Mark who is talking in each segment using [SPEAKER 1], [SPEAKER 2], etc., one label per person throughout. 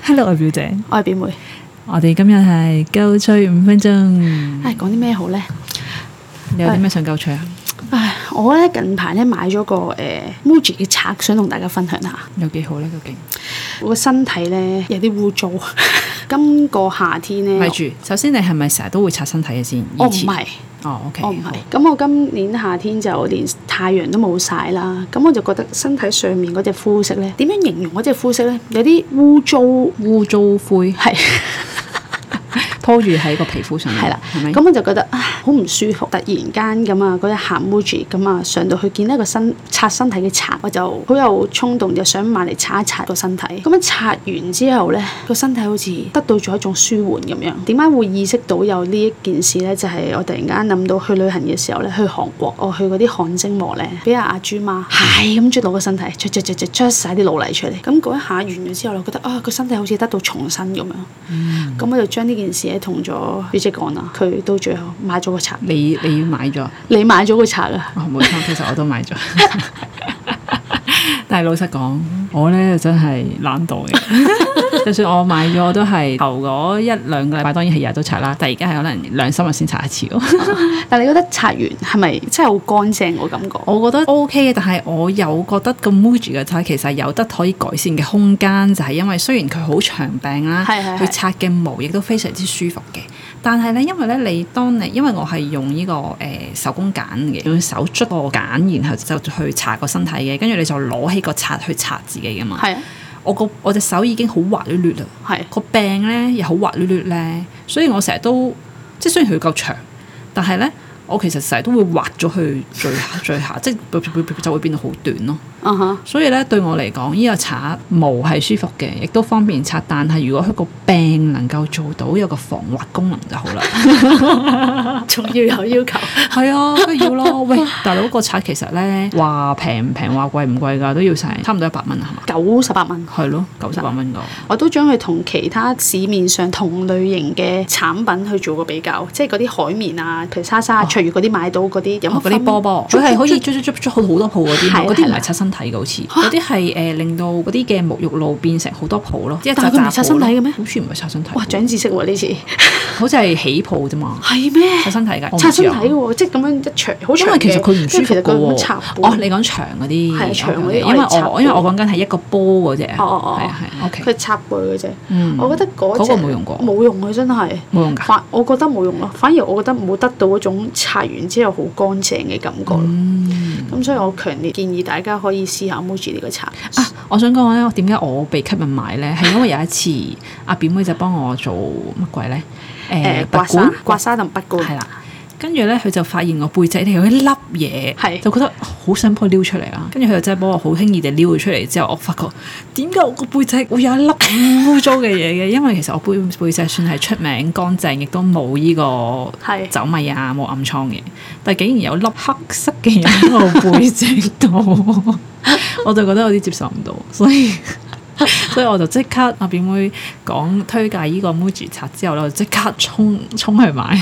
[SPEAKER 1] Hello，我係表姐，
[SPEAKER 2] 我係表妹。
[SPEAKER 1] 我哋今日係鳩吹五分鐘，你
[SPEAKER 2] 唉，講啲咩好呢？
[SPEAKER 1] 有啲咩想鳩吹啊？
[SPEAKER 2] 唉，我咧近排咧買咗個誒、呃 Muji 嘅刷，想同大家分享下。
[SPEAKER 1] 有幾好咧？究竟？
[SPEAKER 2] 我個身體咧有啲污糟， 今個夏天咧
[SPEAKER 1] 咪，住，首先你係咪成日都會擦身體嘅先？以
[SPEAKER 2] 我唔
[SPEAKER 1] 前。
[SPEAKER 2] 係。
[SPEAKER 1] 哦，OK。
[SPEAKER 2] 我唔係，咁我今年夏天就連太陽都冇晒啦，咁我就覺得身體上面嗰隻膚色咧，點樣形容嗰隻膚色咧？有啲污糟，
[SPEAKER 1] 污糟灰
[SPEAKER 2] 係
[SPEAKER 1] 拖住喺個皮膚上面，
[SPEAKER 2] 係啦，
[SPEAKER 1] 係咪？
[SPEAKER 2] 咁我就覺得唉，好唔舒服。突然間咁啊，嗰日行 Muji 咁啊，上到去見到一個身擦身體嘅刷，我就好有衝動，就想買嚟擦一擦個身體。咁樣啊擦完之後呢，個身體好似得到咗一種舒緩咁樣。點解會意識到有呢一件事呢？就係、我突然間諗到去旅行嘅時候呢，去韓國，我去嗰啲汗蒸幕呢，俾阿阿豬媽 係咁捽到個身體，捽捽捽捽捽晒啲腦泥出嚟。咁嗰一下完咗之後，我覺得啊，個身體好似得到重生咁樣。咁我就將呢件事咧同咗表姐講啦，佢到最後買咗個刷，
[SPEAKER 1] 你你要買咗？
[SPEAKER 2] 你買咗個刷啊？
[SPEAKER 1] 哦，冇 錯，其實我都買咗。但係老實講，我咧真係懶惰 嘅。就算我買咗，我都係頭嗰一兩個禮拜，當然係日日都刷啦。但係而家係可能兩三日先刷一次咯。
[SPEAKER 2] 但你覺得刷完係咪真係好乾淨我感覺？
[SPEAKER 1] 我覺得 OK 嘅，但係我有覺得個 Muji 嘅刷其實有得可以改善嘅空間，就係、因為雖然佢好長柄啦，
[SPEAKER 2] 係係係
[SPEAKER 1] 佢刷嘅毛亦都非常之舒服嘅。但係咧，因為咧，你當你因為我係用呢、個誒、呃手工梘嘅，
[SPEAKER 2] 嗯
[SPEAKER 1] 用手捽個梘，然後就去擦個身體嘅，跟住你就攞起個刷去擦自己噶嘛。
[SPEAKER 2] 係啊，
[SPEAKER 1] 我個我隻手已經好滑捋捋啦，
[SPEAKER 2] 係
[SPEAKER 1] 個柄咧又好滑捋捋咧，所以我成日都即係雖然佢夠長，但係咧我其實成日都會滑咗去最 下最下，即係就會變到好短咯。
[SPEAKER 2] 啊哈，
[SPEAKER 1] 所以咧對我嚟講，呢、個刷毛係舒服嘅，亦都方便刷。但係如果佢個柄能夠做到有個防滑功能就好 啦。
[SPEAKER 2] 仲要有要 求，
[SPEAKER 1] 係啊，梗係要 咯。喂，大佬個刷其實咧話平唔平，話貴唔貴㗎，都要成差唔多一百蚊啊，係嘛？
[SPEAKER 2] 九十八蚊。
[SPEAKER 1] 係咯，九十八蚊㗎。
[SPEAKER 2] 我都將佢同其他市面上同類型嘅產品去做個比較，即係嗰啲海綿啊、譬如莎莎、啊、卓越嗰啲買到嗰啲有冇
[SPEAKER 1] 哦嗰啲
[SPEAKER 2] 分
[SPEAKER 1] 波波，佢
[SPEAKER 2] 捽
[SPEAKER 1] 係可以
[SPEAKER 2] 捽
[SPEAKER 1] 捽
[SPEAKER 2] 捽
[SPEAKER 1] 捽捽捽好好多泡嗰啲嘛，
[SPEAKER 2] 係啦
[SPEAKER 1] 嗰啲
[SPEAKER 2] 係啊
[SPEAKER 1] 唔
[SPEAKER 2] 啦
[SPEAKER 1] 係擦身體嘅好似，嗰啲係誒令到嗰啲嘅沐浴露變成好多泡咯，一
[SPEAKER 2] 但係佢唔係擦身體嘅咩
[SPEAKER 1] 好似唔係擦身體，
[SPEAKER 2] 哇，長知識喎呢次，
[SPEAKER 1] 好似係起泡啫嘛，
[SPEAKER 2] 係咩？
[SPEAKER 1] 擦身體㗎，我唔知
[SPEAKER 2] 擦
[SPEAKER 1] 啊
[SPEAKER 2] 身體喎，即係咁樣一長好
[SPEAKER 1] 因
[SPEAKER 2] 長
[SPEAKER 1] 為其實
[SPEAKER 2] 嘅
[SPEAKER 1] 佢唔舒服
[SPEAKER 2] 即係其實佢咁樣
[SPEAKER 1] 嘅
[SPEAKER 2] 插
[SPEAKER 1] 喎，哦，你講長嗰啲，
[SPEAKER 2] 係長嗰啲
[SPEAKER 1] OK，因
[SPEAKER 2] 我
[SPEAKER 1] 為
[SPEAKER 2] 哋插
[SPEAKER 1] 我因為我
[SPEAKER 2] 杯
[SPEAKER 1] 講緊係一個波嗰隻啊，
[SPEAKER 2] 哦哦哦
[SPEAKER 1] 係啊係，OK，
[SPEAKER 2] 佢插背嘅啫。
[SPEAKER 1] 嗯
[SPEAKER 2] 我覺得嗰隻
[SPEAKER 1] 嗰個冇用過
[SPEAKER 2] 冇用啊嘅真係。
[SPEAKER 1] 冇用㗎，
[SPEAKER 2] 反我覺得冇用咯，反而我覺得冇得到嗰種擦完之後好乾淨嘅感覺咯。
[SPEAKER 1] 嗯。
[SPEAKER 2] 咁所以我強烈建議大家可以試下 Muji 呢個擦。
[SPEAKER 1] 啊！我想講咧，點解我被吸引買咧？係因為有一次阿表妹就幫我做乜鬼咧？誒
[SPEAKER 2] 誒
[SPEAKER 1] 拔
[SPEAKER 2] 刮
[SPEAKER 1] 管
[SPEAKER 2] 痧、刮痧同拔罐
[SPEAKER 1] 係啦。跟住咧，佢就發現我背脊咧有一粒嘢，
[SPEAKER 2] 係
[SPEAKER 1] 就覺得好想幫我撩出嚟啦。跟住佢就真係幫我好輕易地撩咗出嚟之後，我發覺點解我個背脊會有一粒咁污糟嘅嘢嘅？ 因為其實我背背脊算係出名乾淨，亦都冇呢個
[SPEAKER 2] 係
[SPEAKER 1] 走米啊，冇暗瘡嘅。但係竟然有粒黑色嘅嘢喺我背脊度， 我就覺得有啲接受唔到，所以。 所以我就即刻阿表妹講推介呢個 Muji 刷之後咧，我就即刻衝衝去買。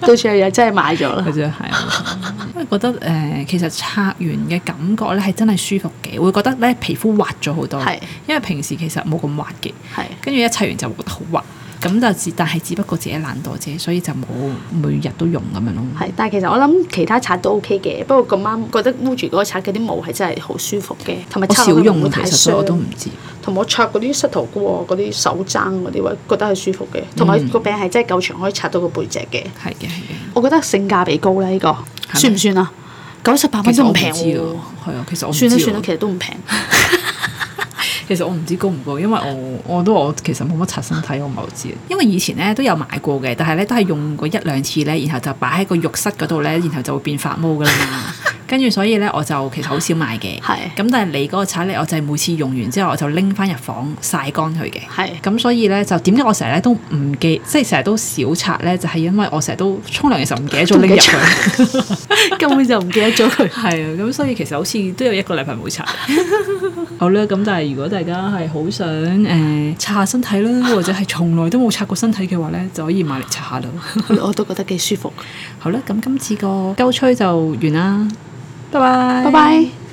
[SPEAKER 2] 到最後又真係買咗啦
[SPEAKER 1] 佢。真係，因為覺得誒、呃其實擦完嘅感覺咧係真係舒服嘅，會覺得咧皮膚滑咗好多
[SPEAKER 2] 係，
[SPEAKER 1] 因為平時其實冇咁滑嘅，
[SPEAKER 2] 係
[SPEAKER 1] 跟住一擦完就覺得好滑，咁就只但係只不過自己懶惰啫，所以就冇每日都用咁樣咯。
[SPEAKER 2] 係，但係其實我諗其他刷都 OK 嘅，不過咁啱覺得 Muji 嗰個刷嗰啲毛係真係好舒服嘅，同埋
[SPEAKER 1] 我
[SPEAKER 2] 擦
[SPEAKER 1] 少
[SPEAKER 2] 落去唔
[SPEAKER 1] 用啊
[SPEAKER 2] 會
[SPEAKER 1] 其
[SPEAKER 2] 太
[SPEAKER 1] 實，所以我都
[SPEAKER 2] 傷啊
[SPEAKER 1] 唔。知。
[SPEAKER 2] 同埋我擦嗰啲膝頭哥啊、嗰啲手踭嗰啲位，覺得係舒服嘅。同埋個柄係真係夠長，可以擦到個背脊嘅。
[SPEAKER 1] 係嘅，係
[SPEAKER 2] 嗯我覺得性價比高啦，呢、個
[SPEAKER 1] 咪
[SPEAKER 2] 算唔算啊？九十八
[SPEAKER 1] 嘅。
[SPEAKER 2] 蚊
[SPEAKER 1] 其實
[SPEAKER 2] 都
[SPEAKER 1] 我
[SPEAKER 2] 唔
[SPEAKER 1] 唔知
[SPEAKER 2] 平喎
[SPEAKER 1] 喎，。係啊，其實我唔知
[SPEAKER 2] 算啦算啦，
[SPEAKER 1] 喎。
[SPEAKER 2] 其實都唔平。
[SPEAKER 1] 其實我唔知高唔高，因為我我都我其實冇乜擦身體，我唔係好知。因為以前咧都有買過嘅，但係咧都係用過一兩次咧，然後就擺喺個浴室嗰度咧，然後就會變發毛噶啦嘛。跟住所以咧我就其實好少買嘅。
[SPEAKER 2] 係
[SPEAKER 1] 咁但係你嗰個刷咧，我就係每次用完之後我就拎翻入房曬乾佢嘅。
[SPEAKER 2] 係
[SPEAKER 1] 咁所以咧就點解我成日咧都唔記，即係成日都少刷咧，就係、因為我成日都沖涼嘅時候唔記得咗拎入去。
[SPEAKER 2] 根本就唔記得咗 佢。
[SPEAKER 1] 係啊，咁所以其實好似都有一個禮拜冇 刷。好啦，咁但係如果大家係好想誒擦下身體 啦，或者係從來都冇擦過身體嘅話咧，就可以買嚟擦下啦。
[SPEAKER 2] 我都覺得幾舒服。
[SPEAKER 1] 好啦，咁今次個鳩吹就完啦，拜拜，
[SPEAKER 2] 拜拜。